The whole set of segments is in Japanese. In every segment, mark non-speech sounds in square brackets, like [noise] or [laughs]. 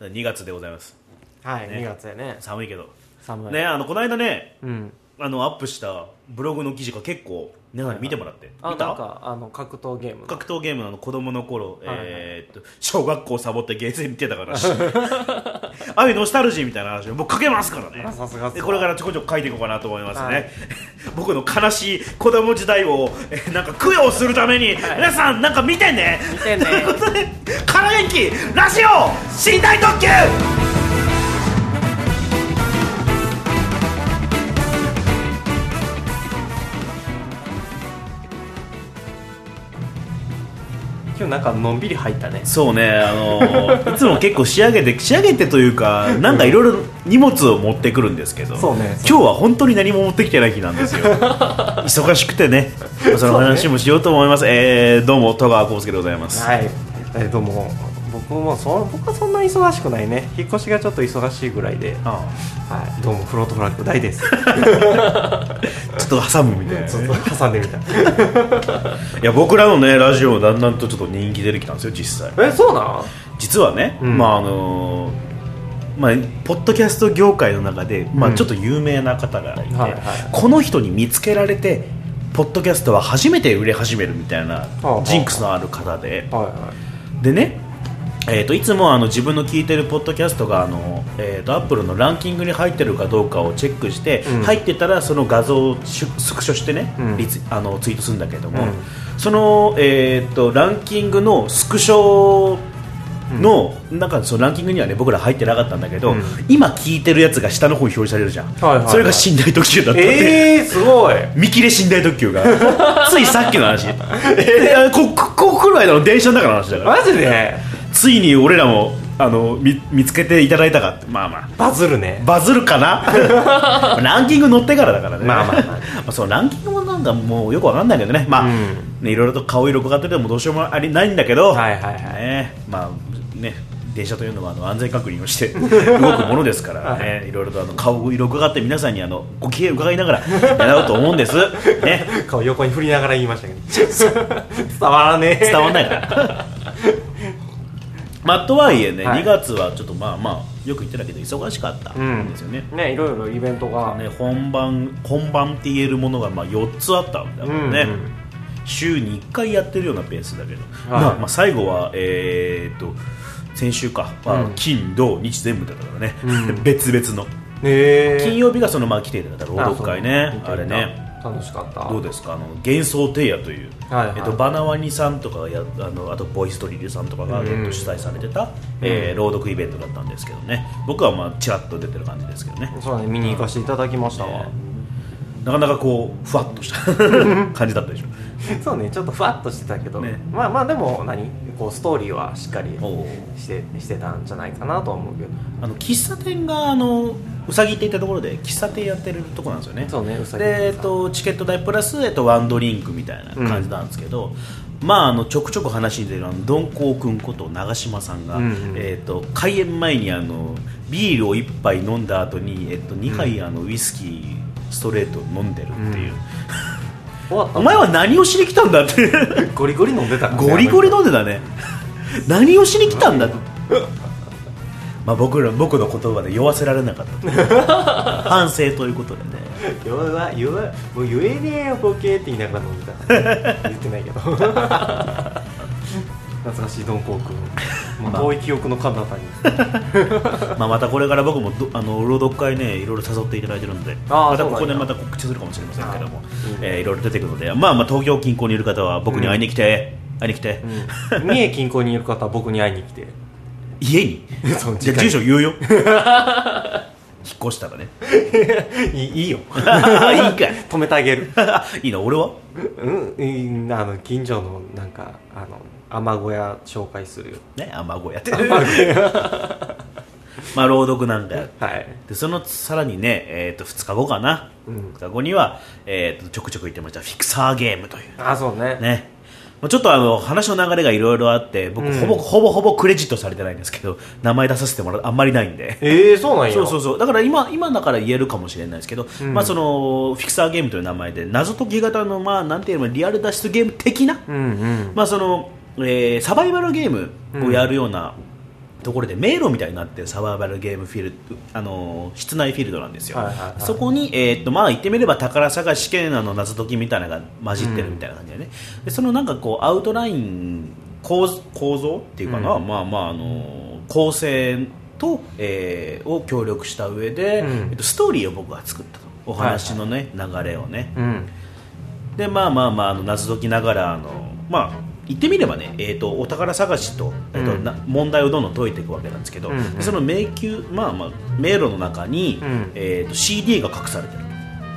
2月でございますはい、ね2月やね寒いけど寒いねあのこの間ねうんあのアップしたブログの記事が結構皆さんに見てもらってあな見んたかあの格闘ゲームの格闘ゲームのあの子供の頃、はいはいえーっと小学校サボってゲーセン見てたからし [laughs] ああいうノスタルジーみたいな話を僕かけますからねあさすがっすわでこれからちょこちょこ書いていこうかなと思いますね、はい [laughs] 僕の悲しい子供時代を、えーなんか供養するために、はい皆さんなんか見てね見て [laughs] ねということで「から元気ラジオ寝台特急」今日なんかのんびり入ったねそうね、あのー [laughs] いつも結構仕上げて仕上げてというかなんかいろいろ荷物を持ってくるんですけどそうね今日は本当に何も持ってきてない日なん [laughs] ですよ忙しくてねその話もしようと思います、えーどうも戸川浩介でございます、はいえーどうも僕もそ僕はそんな忙しくないね引っ越しがちょっと忙しいぐらいで、はあい、どうもフロートフラッグ大 [laughs] ですあちょっと挟むみたいな、ちょっね、と挟んでみたいや僕らのねラジオもだんだんとちょっと人気出てきたんですよ実際えそうなん実はね、うんまああのーまあ、ポッドキャスト業界の中で、まあ、うんちょっと有名な方がいて、はいはいこの人に見つけられてポッドキャストは初めて売れ始めるみたいなあはあジンクスのある方ではいはでね、えー、といつもあの自分の聞いてるポッドキャストがあの、えー、とアップルのランキングに入ってるかどうかをチェックして、うん入ってたらその画像をしスクショしてね、うんリツあのツイートするんだけども、うんその、えー、とランキングのスクショの,、なんかそのランキングにはね僕ら入ってなかったんだけど、うん今聞いてるやつが下の方に表示されるじゃん、はいはいはいそれが寝台特急だったっていうええー、すごい見切れ寝台特急がついさっきの [laughs] 話、えこここ来る間の電車の中の話だからマジでついに俺らもあの見見つけていただいたかってまあまあバズるねバズるかな [laughs] ランキング乗ってからだからねまあまあま [laughs] あそうランキングもなんかもうよくわかんないけどねまあ、うんねいろいろと顔色伺っててもどうしようもありないんだけど、はいはいはいねまあね電車というのはあの安全確認をして [laughs] 動くものですからね、い、ろいろとあの顔色伺って皆さんにあのご機嫌伺いながらやろうと思うんです、ね、顔横に振りながら言いましたけ [laughs] ど伝わらねえ伝わんない [laughs] から。まあ、とはいえね、はい2月はちょっとまあまあよく言ってたけど忙しかったうんんですよね,、ねいろいろイベントが、ね本番本番って言えるものがまあ4つあったんだからね、うんうん週に1回やってるようなペースだけど、はいまあ、まあ最後はえーっと先週か、まあうん金土日全部だったからね、う [laughs] ん別々のえ金曜日がそのまあ来ていただいた朗読会ねあれね楽しかったどうですかあの幻想テイヤという、はいはいえっと、バナワニさんとかやあのあとボイストリルさんとかが、うんえっと、主催されてた、えー朗読イベントだったんですけどね僕はまあちらっと出てる感じですけどねそうだね見に行かせていただきましたわ、ねなかなかこうふわっとした [laughs] 感じだったでしょそうねちょっとふわっとしてたけど、ねまあまあでも何こうストーリーはしっかりおうしてしてたんじゃないかなとは思うけどあの喫茶店があのうさぎっていったところで喫茶店やってるとこなんですよねそうねうさぎで、えっと、チケット代プラス、えっと、ワンドリンクみたいな感じなんですけど、まあ、あのちょくちょく話に出るあのどんこうくんこと長嶋さんが、うんうんえっと開演前にあのビールを1杯飲んだ後に、えっと2杯あのウイスキーストレートを飲んでるっていう、終わったお前は何をしに来たんだって [laughs] ゴリゴリ飲んでたからねゴリゴリ飲んでた [laughs] ね何をしに来たんだってまあ僕ら僕の言葉で酔わせられなかった [laughs] 反省ということでね言わ言わもう言えねえよボケって言いながら飲んでたから [laughs] 言ってないけど懐かしいドンコウ君もう遠い記憶の彼方にまあ、またこれから僕もどあの朗読会ねいろいろ誘っていただいてるのであーまたこそこうなでんまたや告知するかもしれませんけどもあーいいえねーいろいろ出てくるので、まあ、まあ東京近郊にいる方は僕に会いに来て、会いに来て、うん三重近郊にいる方は僕に会いに来て [laughs] 家に [laughs] そうじゃあ近い住所言うよ引っ越したらね [laughs] [laughs] いいい [laughs] いよいいかい止めてあげるいいな俺はうんうんあの近所のなんかあの雨小屋紹介するよねあ孫 [laughs] やってまあ朗読なんだよはいでそのさらにね、えー、と2日後かな、うん2日後には、えー、とちょくちょく言ってましたフィクサーゲームというあそうねね、まあちょっとあの話の流れがいろいろあって僕うんほぼ、ほぼほぼクレジットされてないんですけど名前出させてもらうあんまりないんで。ええそうなんやそうそうそうだから今今だから言えるかもしれないですけど、まあ、そのフィクサーゲームという名前で謎解き型の、まあ、なんていうのリアル脱出ゲーム的な、うんうんまあそのえーサバイバルゲームをやるような、ところで迷路みたいになってるサバイバルゲームフィールドあのー室内フィールドなんですよ、はいはいはいそこに、えーっとまあ、言ってみれば宝探し系の謎解きみたいなのが混じってるみたいな感じでね、でそのなんかこうアウトライン構図構造っていうかな、うんまあまあ、あのー構成と、えーを協力した上で、うんえっと、ストーリーを僕が作ったとお話の、ね流れをね、うんでまあまあまああの謎解きながらあのまあ言ってみればね、えー、とお宝探しと,、えーとうんな問題をどんどん解いていくわけなんですけど、うんうんでその迷宮、まあまあ、迷路の中に、うんえー、と CD が隠されてる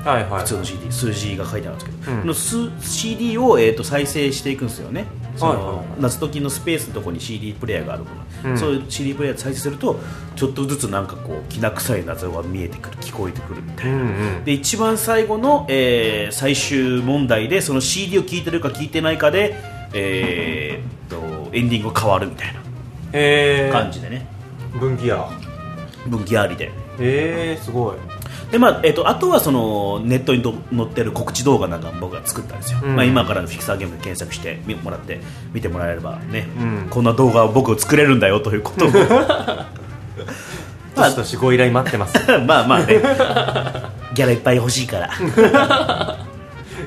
はいはい普通の CD 数字が書いてあるんですけど、うんこの数 CD を、えー、と再生していくんですよねその、はいはいはい謎解きのスペースのところに CD プレイヤーがあるから、うんそういう CD プレイヤーで再生するとちょっとずつなんかこうきな臭い謎が見えてくる聞こえてくるみたいなうんうんで一番最後の、えー最終問題でその CD を聴いてるか聴いてないかで、えーっとエンディングが変わるみたいえな感ー、じでね分岐や分岐ありでえー、すごいで、まあえー、とあとはそのネットにど載ってる告知動画なんかも僕が作ったんですよ、うんまあ、今からのフィクサーゲームで検索してみもらって見てもらえればね、うんこんな動画を僕を作れるんだよということを [laughs] まどあしどしご依頼待ってます [laughs] まあまあねギャラいっぱい欲しいから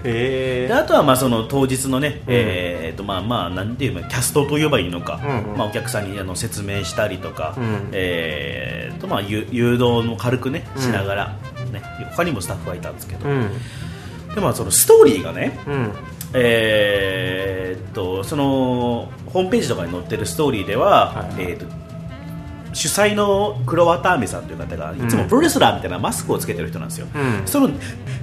えでー、あとはまあその当日のね、えーとまあまあなんていうのキャストと呼ばいいのか、うんうんまあお客さんにあの説明したりとか、うんえーとまあゆ誘導も軽くねしながら、ね他にもスタッフがいたんですけど、うんでまあそのストーリーがね、うんえーとそのホームページとかに載ってるストーリーでは、はいはいえーと主催の黒綿あめさんという方がいつもプロレスラーみたいなマスクをつけてる人なんですよ、うんその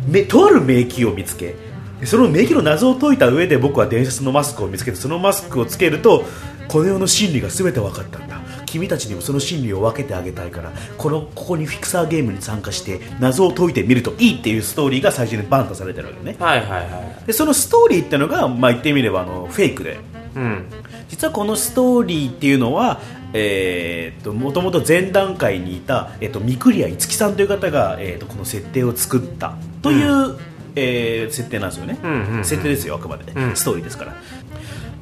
めとある迷宮を見つけその迷宮の謎を解いた上で僕は伝説のマスクを見つけてそのマスクをつけるとこの世の真理が全て分かったんだ君たちにもその真理を分けてあげたいからこのここにフィクサーゲームに参加して謎を解いてみるといいっていうストーリーが最初にバンとされてるわけねはいはいはいでそのストーリーってのが、まあ、言ってみればあのフェイクでうん実はこのストーリーっていうのはえーっともともと前段階にいた、えーっと三栗谷樹さんという方が、えーっとこの設定を作ったという、えー設定なんですよね、うんうんうん設定ですよあくまで、うんストーリーですから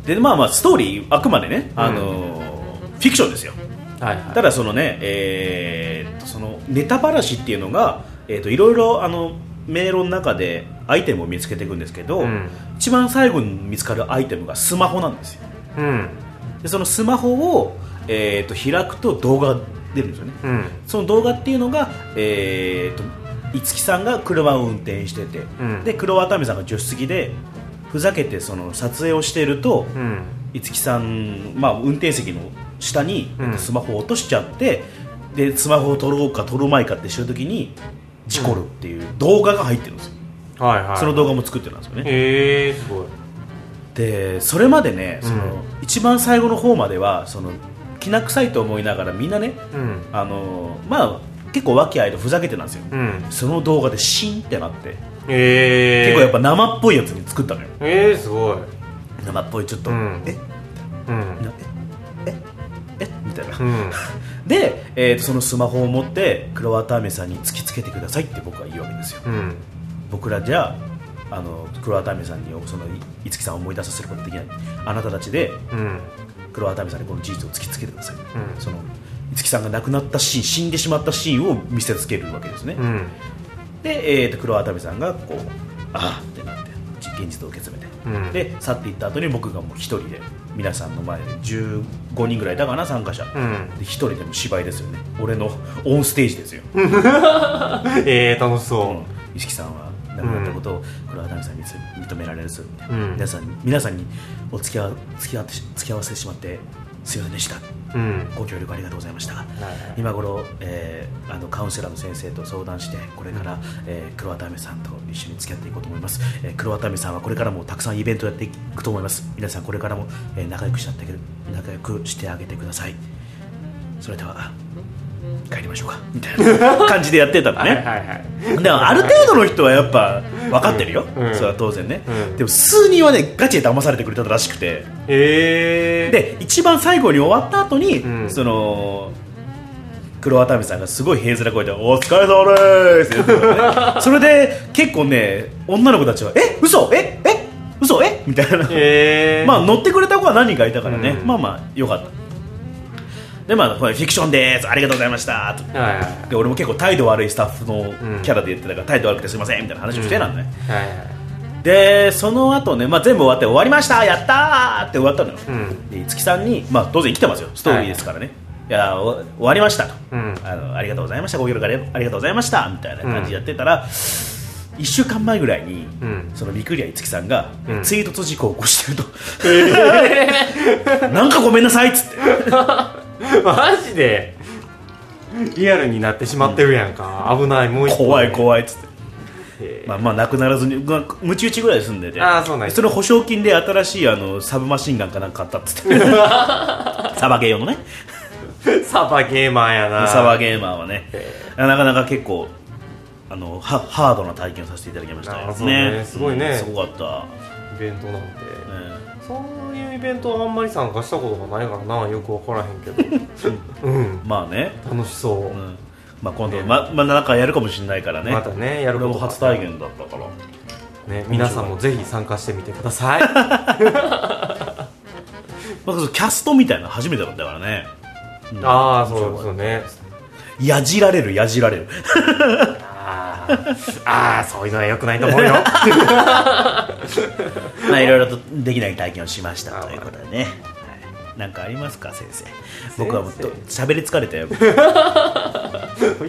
でまあまあストーリーあくまでね、あのーフィクションですよはいはいただそのね、えーっとそのネタばらしっていうのが、えーっといろいろあの迷路の中でアイテムを見つけていくんですけど、うん一番最後に見つかるアイテムがスマホなんですようんでそのスマホを、えー、と開くと動画が出るんですよね、うんその動画っていうのが、えー、と五木さんが車を運転してて、うんで黒渡さんが助手席でふざけてその撮影をしていると、うん五木さん、まあ、運転席の下にうんスマホを落としちゃって、でスマホを撮ろうか撮るまいかってしてる時に事故るっていう動画が入ってるんですよ、はいはいその動画も作ってるんですよね、えー、すごいでそれまでねその、うん一番最後の方まではそのきな臭いと思いながらみんなねうんあのまあ結構和気あいとふざけてなんですよ、うんその動画でシーンってなってえー、結構やっぱ生っぽいやつに作ったのよえー、すごい生っぽいちょっと、うんえうんなえええみたいな、うんで、えーとそのスマホを持って黒綿あめさんに突きつけてくださいって僕は言うわけですようん僕らじゃああの黒綿あめさんにその五木さんを思い出させることはできないあなたたちでうん黒渡さんにこの事実を突きつけてください、んその五木さんが亡くなったシーン死んでしまったシーンを見せつけるわけですね、うんで、えー、と黒渡さんがこうああってなって現実を受け止めて、うんで去っていった後に僕がもう一人で皆さんの前で15人ぐらいいたかな参加者、うんで一人でも芝居ですよね俺のオンステージですよ、うんえー、楽しそ石木さんは亡くなったことを黒渡さんに認められず、うん皆さんに皆さんにお付き合わ付き合ってし付き合わせてしまってすいませんでしたううんご協力ありがとうございました、い今頃、えーあのカウンセラーの先生と相談してこれから、えー、黒渡めさんと一緒に付き合っていこうと思います、えー、黒渡めさんはこれからもたくさんイベントやっていくと思います皆さんこれからも、えー仲良くしてあげる仲良くしてあげてくださいそれでは帰りましょうかみたいな感じでやってたのはいねはいはいでもある程度の人はやっぱ分かってるよ、うんうんそれは当然ね、うんでも数人はねガチで騙されてくれたらしくてえー、で一番最後に終わった後に、うんその黒渡美さんがすごい平面な声で「お疲れ様でーす」って言ってたのね [laughs] それで結構ね女の子たちは「え嘘ええ嘘えみたいな、えー、まあ乗ってくれた子は何人かいたからね、うんまあまあよかったでまあこれフィクションですありがとうございましたとはいはいで俺も結構態度悪いスタッフうのんキャラで言ってたから、態度悪くてすいませんみたいな話をしてたのね、はいはいでその後ね、まあ、全部終わって終わりましたやったーって終わったのよ、うんで五木さんに、まあ、当然生きてますよストーリーですからね、い、やお終わりましたと、うんあのありがとうございましたご協力ありありがとうございましたみたいな感じでやってたら、1週間前ぐらいに、うんそのみくりや五木さんが、うん追突事故を起こしてると [laughs] なんかごめんなさいっつってマジでリアルになってしまってるやんか、危ないもう一個怖いい怖いっつってまあまあなくならずにまあむち打ちぐらいで済んでてあーそうなんやその保証金で新しいあのサブマシンガンかなんか買ったっつって [laughs] サバゲー用のねサバゲーマーやなサバゲーマーはねなかなか結構あのはハードな体験をさせていただきましたあーそうねすごいねうんすごかった、イベントなんうで、んそういうイベントはあんまり参加したことがないからなよく分からへんけどうんまあね、楽しそう、うんまあ、今度ねままあなんかやるかもしれないからねまたねやる俺ことも初体験だったからね皆さんもぜひ参加してみてくださいまあそうキャストみたいなの初めてだったからねああそうそうねやじられるやじられるあーあーそういうのはよくないと思うよまあいろいろとできない体験をしましたあーということでねはいなんかありますか先生僕はもっと喋先り疲れたよ [laughs]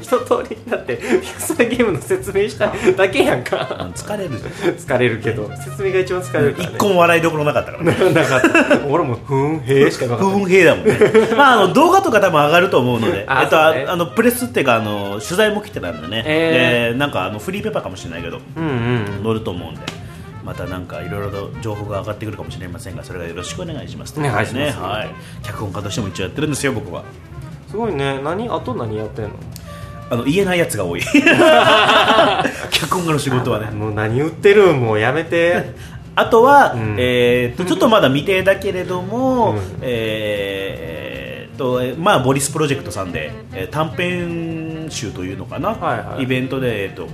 一通りだってフィクサーゲームの説明しただけやんか疲れるじゃん疲れるけど説明が一番疲れるから、ね、一個も笑いどころなかったからね [laughs] なかった俺もふん [laughs] へえしかな不かった運平だもん [laughs] ね、まあ、あの動画とか多分上がると思うのであえっと、あそうねあのプレスっていうかあの取材も来てたんでね、えでなんかあのフリーペーパーかもしれないけどうんうん乗ると思うんでまたなんかいろいろと情報が上がってくるかもしれませんがそれがよろしくお願いしますとお願いしますねはい、脚本家としても一応やってるんですよ僕はすごいね何あと何やってんのあの言えないやつが多 [laughs] い脚本家の仕事はねもう何売ってるもうやめ [laughs] てあとは、うんえーっとちょっとまだ未定だけれども、うんえーっとえーまあ、ボリスプロジェクトさんで、えー短編集というのかな、はいはいイベントで、えーっと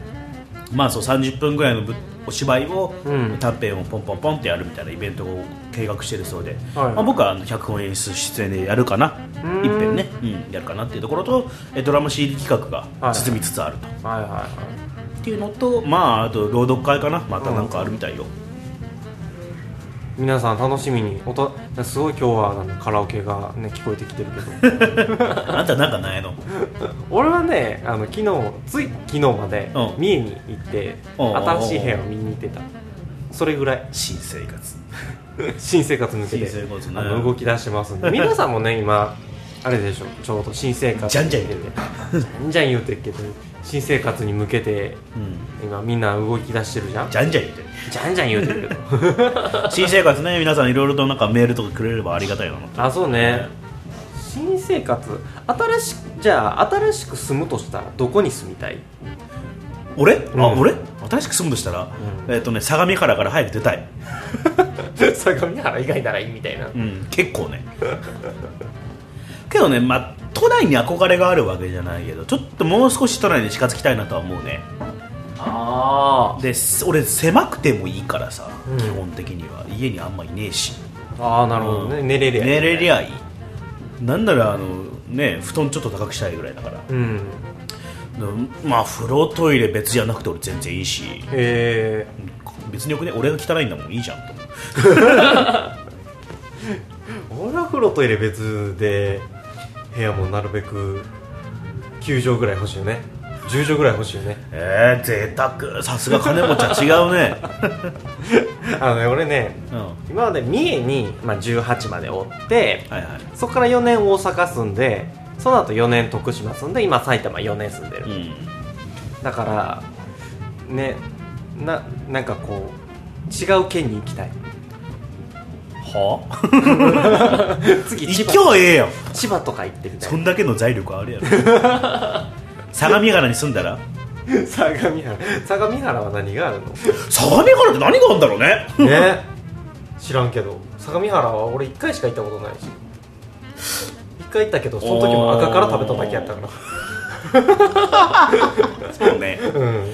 まあ、そう30分ぐらいのぶお芝居を、うん短編をポンポンポンってやるみたいなイベントを計画してるそうで、はいまあ、僕はあの脚本演出出演でやるかなうん一遍ね、うん、やるかなっていうところとえードラマ CD 企画が進みつつあると。はいはいはいっていうのと、まあ、あと朗読会かなまたなんかあるみたいよ、 [laughs] 皆さん楽しみにおとすごい今日はあのカラオケが、ね、聞こえてきてるけどあんたなんかないの俺はねあの昨日つい昨日までうん三重に行ってうん新しい部屋を見に行ってたそれぐらい [laughs] 新生活新生活抜け新生て活ねあの動き出してま [laughs] すんで皆さんもね今あれでしょちょうど新生活じゃんじゃん言うてじゃんじゃん言うてっけど新生活に向けてうん今みんな動き出してるじゃんじゃんじゃん言ってるじゃんじゃん言うてるけ [laughs] ど新生活ね皆さんいろいろとなんかメールとかくれればありがたいなのあそうね新生活新しくじゃあ新しく住むとしたらどこに住みたい [laughs] 俺、あうん俺新しく住むとしたら、うんえっ、とね相模原から早く出たい、相模原以外ならいいみたいなうん、結構ねけどねまあ都内に憧れがあるわけじゃないけどちょっともう少し都内に近づきたいなとは思うねあで俺狭くてもいいからさ、うん基本的には家にあんまいねえしーあーなるほどね、寝れりゃ寝れりゃいいなんならあのね布団ちょっと高くしたいぐらいだからうんうんまあ風呂トイレ別じゃなくて俺全然いいしえ別によくね俺が汚いんだもんいいじゃんと思うー、俺は風呂トイレ別で部屋もなるべく9畳ぐらい欲しいよね10畳ぐらい欲しいよねえー、贅沢さすが金持ちは違うね [laughs] あのね俺ねうんは今まで三重に、まあ、18までおっていはいそこから4年大阪住んでその後4年徳島住んで今埼玉4年住んでる、うんだからねななんかこう違う県に行きたいは次一千葉挙ええよ千葉とか行ってみたそいんだけの財力あるやろ [laughs] 相模原に住んだら [laughs] 相模原相模原は何があるの相模原って何があるんだろうね [laughs] ね知らんけど相模原は俺1回しか行ったことないし1回行ったけどその時も赤から食べただけやったからそうねうん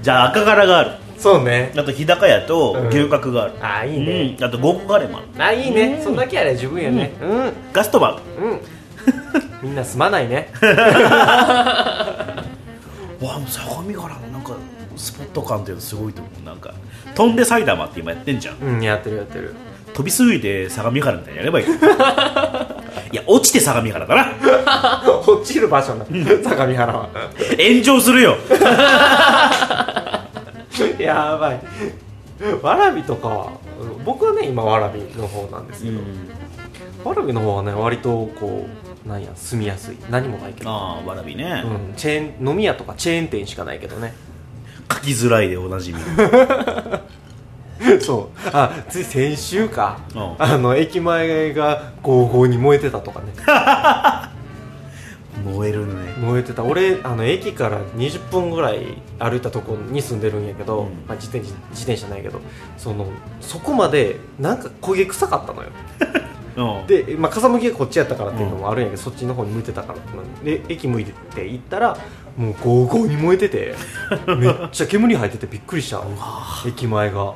じゃあ赤柄があるそうねあと日高屋と牛角がある、ああいいね、うんあとゴーゴガレもあるあいいね、そんだけあれ十分やねうん [laughs] ガストバーうん、みんなすまな [laughs] いねわあもう相模原のなんかスポット感っていうのすごいと思うなんか飛んで埼玉って今やってんじゃんうんやってるやってる [laughs] 飛びすぎて相模原みたいにやれ [laughs] ばいいいや落ちて相模原だな落ちる場所な相模原は [laughs] 炎上するよやばいわらびとかは僕はね今わらびの方なんですけど、わらびの方はね割とこうなんや住みやすい何もないけどああわらびね、うん、チェーン飲み屋とかチェーン店しかないけど [laughs] ね書きづらいでおなじみそう [laughs] あつい先週か、うんあの駅前が合法に燃えてたとかね [laughs] 燃えるね燃えてた俺あの駅から20分ぐらい歩いたとこに住んでるんやけど、うんまあ、自転自転車ないけどそのそこまでなんか焦げ臭かったのようんで、まあ、風向きがこっちやったからっていうのもあるんやけど、そっちの方に向いてたからってので駅向いて行ったらもうゴーゴーに燃え [laughs] ててめっちゃ煙入っててびっくりした駅前がう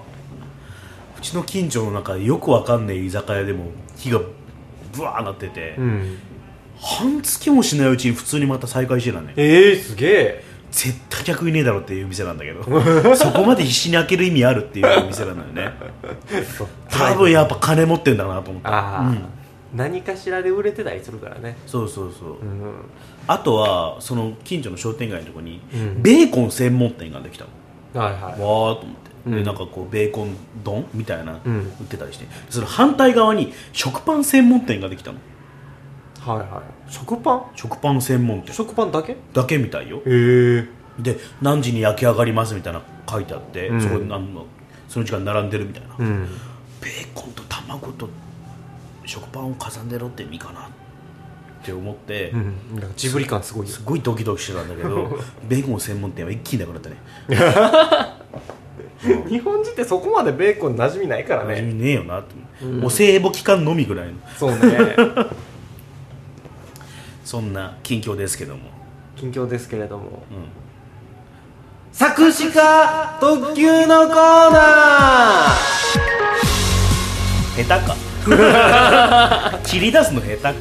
ちの近所の中よくわかんない居酒屋でも火がブワーなってて、うん半月もしないうちに普通にまた再開してたねええすげえ絶対客いねえだろっていう店なんだけど [laughs] そこまで必死に開ける意味あるっていう店なんだよね多分やっぱ金持ってんだなと思ったああ、何かしらで売れてたりするからねそうそうそう、うんあとはその近所の商店街のとこにうんベーコン専門店ができたの、はいはわーっと思って、でうんなんかこうベーコン丼みたいなうん売ってたりして、その反対側に食パン専門店ができたのいはいはい食パン食パン専門店食パンだけへだけみたいよえで何時に焼き上がりますみたいなの書いてあって、うんそこにあのその時間並んでるみたいな、うんベーコンと卵と食パンを重ねろっていいかなって思って、うんなんかジブリ感すごいよすごいドキドキしてたんだけ [laughs] どベーコン専門店は一気になくなったね日本人ってそこまでベーコン馴染みないから馴染ねみねえよなって、お歳暮期間のみぐらいのそうね [laughs] そんな近況ですけども、近況ですけれどもうん、作詞家特急のコーナー下手か [laughs] 切り出すの下手か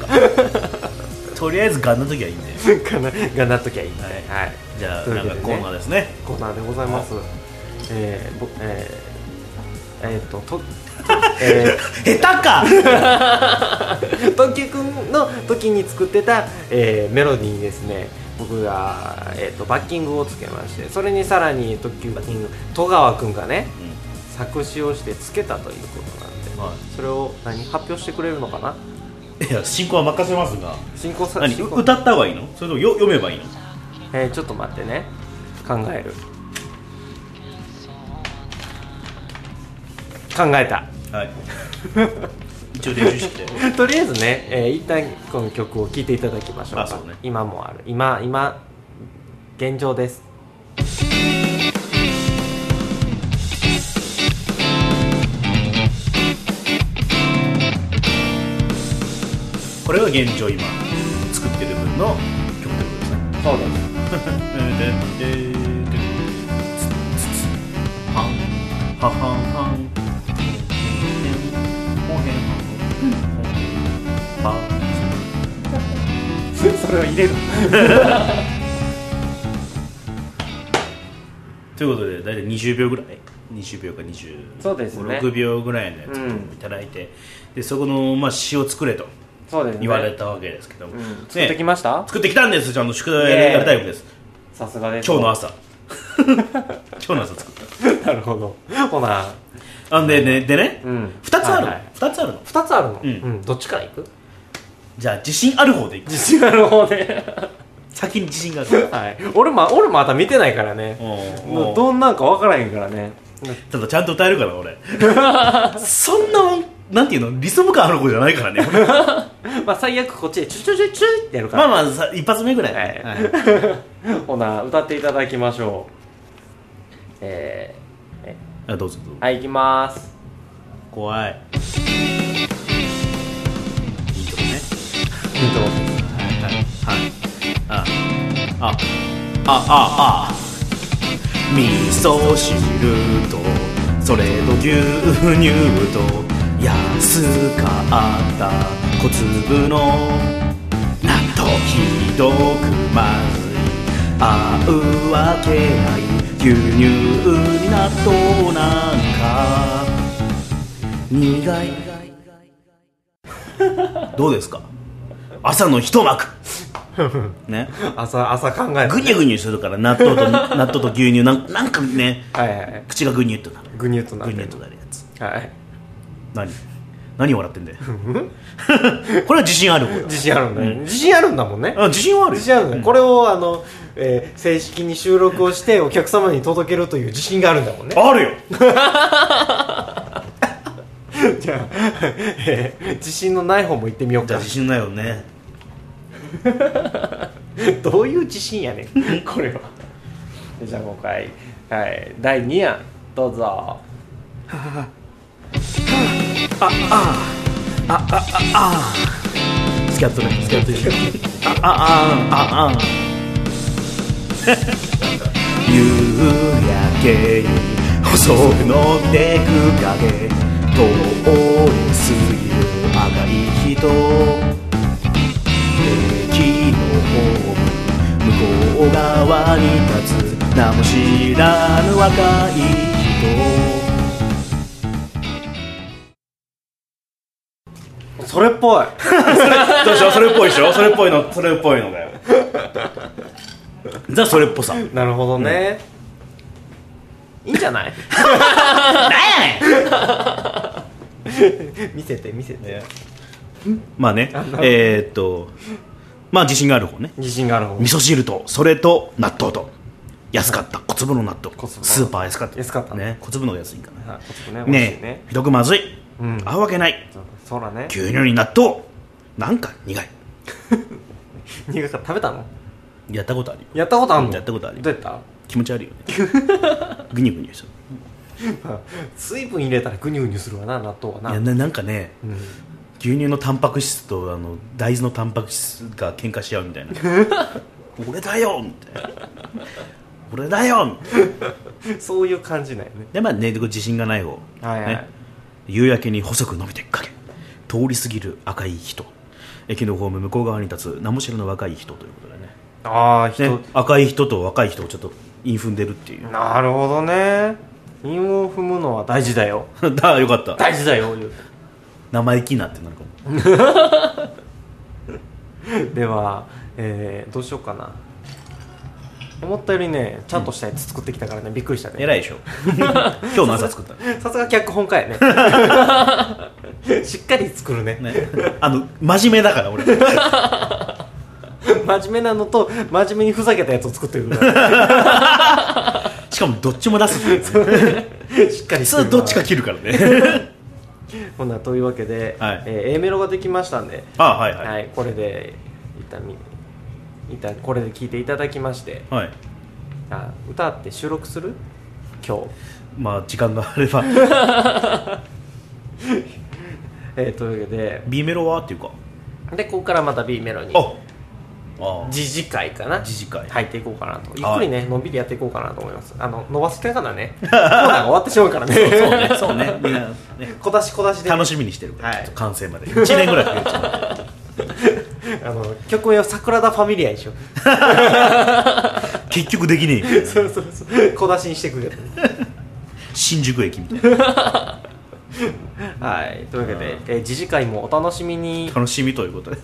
とりあえずガンな時はいいんだよかながなっときゃいいんで、はいじゃあというなこんかコーとでねナーですねコーナーでございますえー、ぼえー、えー、っ [laughs] ととえ下手かー、特急くんの時に作ってた、えー、メロディーにですね僕が、えー、とバッキングをつけましてそれにさらに特急バッキング戸川くんがね作詞をしてつけたということなんでうんはそれを何発表してくれるのかないいや進行は任せますが進行さ何進行歌った方がいいのそれともよ読めばいいのえー、ちょっと待ってね考える考えた [laughs] はい一応練習してとりあえずね、えー、一旦この曲を聴いていただきましょうかあそうね今もある今今現状ですこれが現状今作ってる分の曲でございますそうです [laughs] それを入れるということで大体20秒ぐらい20秒か26そうですね秒ぐらいのやつをいただいて、でそこの、まあ、詩を作れとそうですね言われたわけですけども、うん、ね作ってきました、作ってきたんですちゃんと宿題イエーイやるタイプですさすがです今日の朝今日の朝作っ [laughs] なるほどほな、たあんでねでね、うん、二2つあるの、はいはい二つあるの二つあるの、うんどっちからいく [laughs] じゃあ自信ある方でいく自信ある方で [laughs] 先に自信があるはい俺も俺もまた見てないからねおうおうどんなんか分からへんからねただちゃんと歌えるから俺そんななんていうのリズム感ある子じゃないからね [laughs] 俺まあ最悪こっちでチュチュチュチュってやるかまあら、まあさ一発目ぐらい、はいはいほな歌っていただきましょうえーえあどうぞどうぞはい行きます怖いいいとこねはいはいはいあああああ味噌汁とそれと牛乳と安かった小粒の納豆時どくまずい合うわけない牛乳に納豆なんか苦いどうですか朝の一 [laughs] 幕ね朝朝考えてぐにゃぐにゃするから納豆と [laughs] 納豆と牛乳なんなんかねはいはい口がぐにゅっとなるぐにゅっとなっぐにゅてっるとなるやつはい何何笑ってんだよ [laughs] これは自信ある方だ自信あるんだね、自信あるんだもんねあ自信はあるよ自信あるんだ、これをあの、えー正式に収録をしてお客様に届けるという自信があるんだもんねあるよじゃあ、えー自信のない方も行ってみようじゃかあ自信ないよねどういう自信やねんこれはじゃあ今回、はい、第2案どうぞスキャットねスキャットああああああ夕焼けに細くのってく影通りすぎる赤い人駅のホーム向こう側に立つ名も知らぬ若い人それっぽいどうしようそれっぽいでしょそれっぽいのそれっぽいのだよザそれっぽさなんなるほどね、いいんじゃないやねん [laughs] 見せて見せて、 [laughs] まあねえーっとまあ自信がある方ね自信がある方味噌汁とそれと納豆と安かった小粒の納豆小粒のスーパー安かった安かったね小粒の方が安いんかはいこっちもなね美味ねしいえねひどくまずいうん合うわけないそうそうだね牛乳に納豆なんか苦い苦かった食べたのやったことあるよやったことあんのやったことあるどうやった気持ち [laughs] 悪いよねグニュグニュし水分入れたらグニュグニュするわな納豆はたないやななんかねうん牛乳のタンパク質とあの大豆のタンパク質が喧嘩し合うみた [laughs] いな俺だよみたいな俺だよみたいなそういう感じなんよねでまあね自信がない方、はいはいね、夕焼けに細く伸びていく影通り過ぎる赤い人駅のホーム向こう側に立つ名も知らぬ若い人ということでねああ人、ね赤い人と若い人をちょっと韻踏んでるっていう [laughs] なるほどね韻を踏むのは大事だよだよかった大事だよ言う生意気なってなるかもでは、えーどうしようかな思ったよりねちゃんとしたやつ作ってきたからね、びっくりしたね偉いで [laughs] しょ今日の朝作ったのさすが脚本家 [laughs] やねしっかり作るねねあの真面目だから俺真面目なのと真面目にふざけたやつを作ってく [laughs] るからしかもどっちも出すっていうねしっか普りしてる通などっちか切るからね [laughs] ほんならというわけで、はいえー A メロができましたんであはいは、はいいこれで一旦み一旦これで聞いていただきましてはい、あ歌って収録する今日まあ時間があれ [laughs] ばえーというわけで B メロはっていうかでここからまた B メロにああ時事会かな時事会入っていこうかなとゆっはくいりねのんびりやっていこうかなと思いますあの伸ばす手から [laughs] ねコーナーが終わってしまうからねそうそうねそうねみんなね [laughs] 小出し小出しで楽しみにしてるから、はいちょっと完成まで1年ぐらいかけちゃうあの曲名は「桜田ファミリア」にしよう結局できねえみたいなそうそうそう小出しにしてくれる新宿駅みたいなはいというわけで、えー、時事会もお楽しみに楽しみということで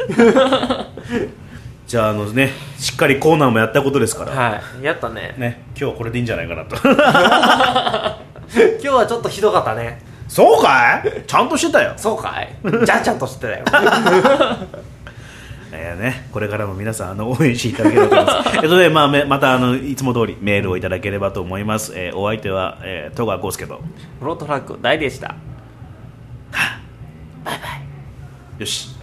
じゃああのねしっかりコーナーもやったことですから、はいやったねね今日はこれでいいんじゃないかなと [laughs] 今日はちょっとひどかったねそうかいちゃんとしてたよそうかいじゃんちゃんとして [laughs] たよえーね、これからも皆さんあの応援していただければと思い [laughs] ます。えっとね、まあ、めまたあのいつも通りメールをいただければと思います。えーお相手は、えー、戸川浩介と。フロートラック大でしたよし。よし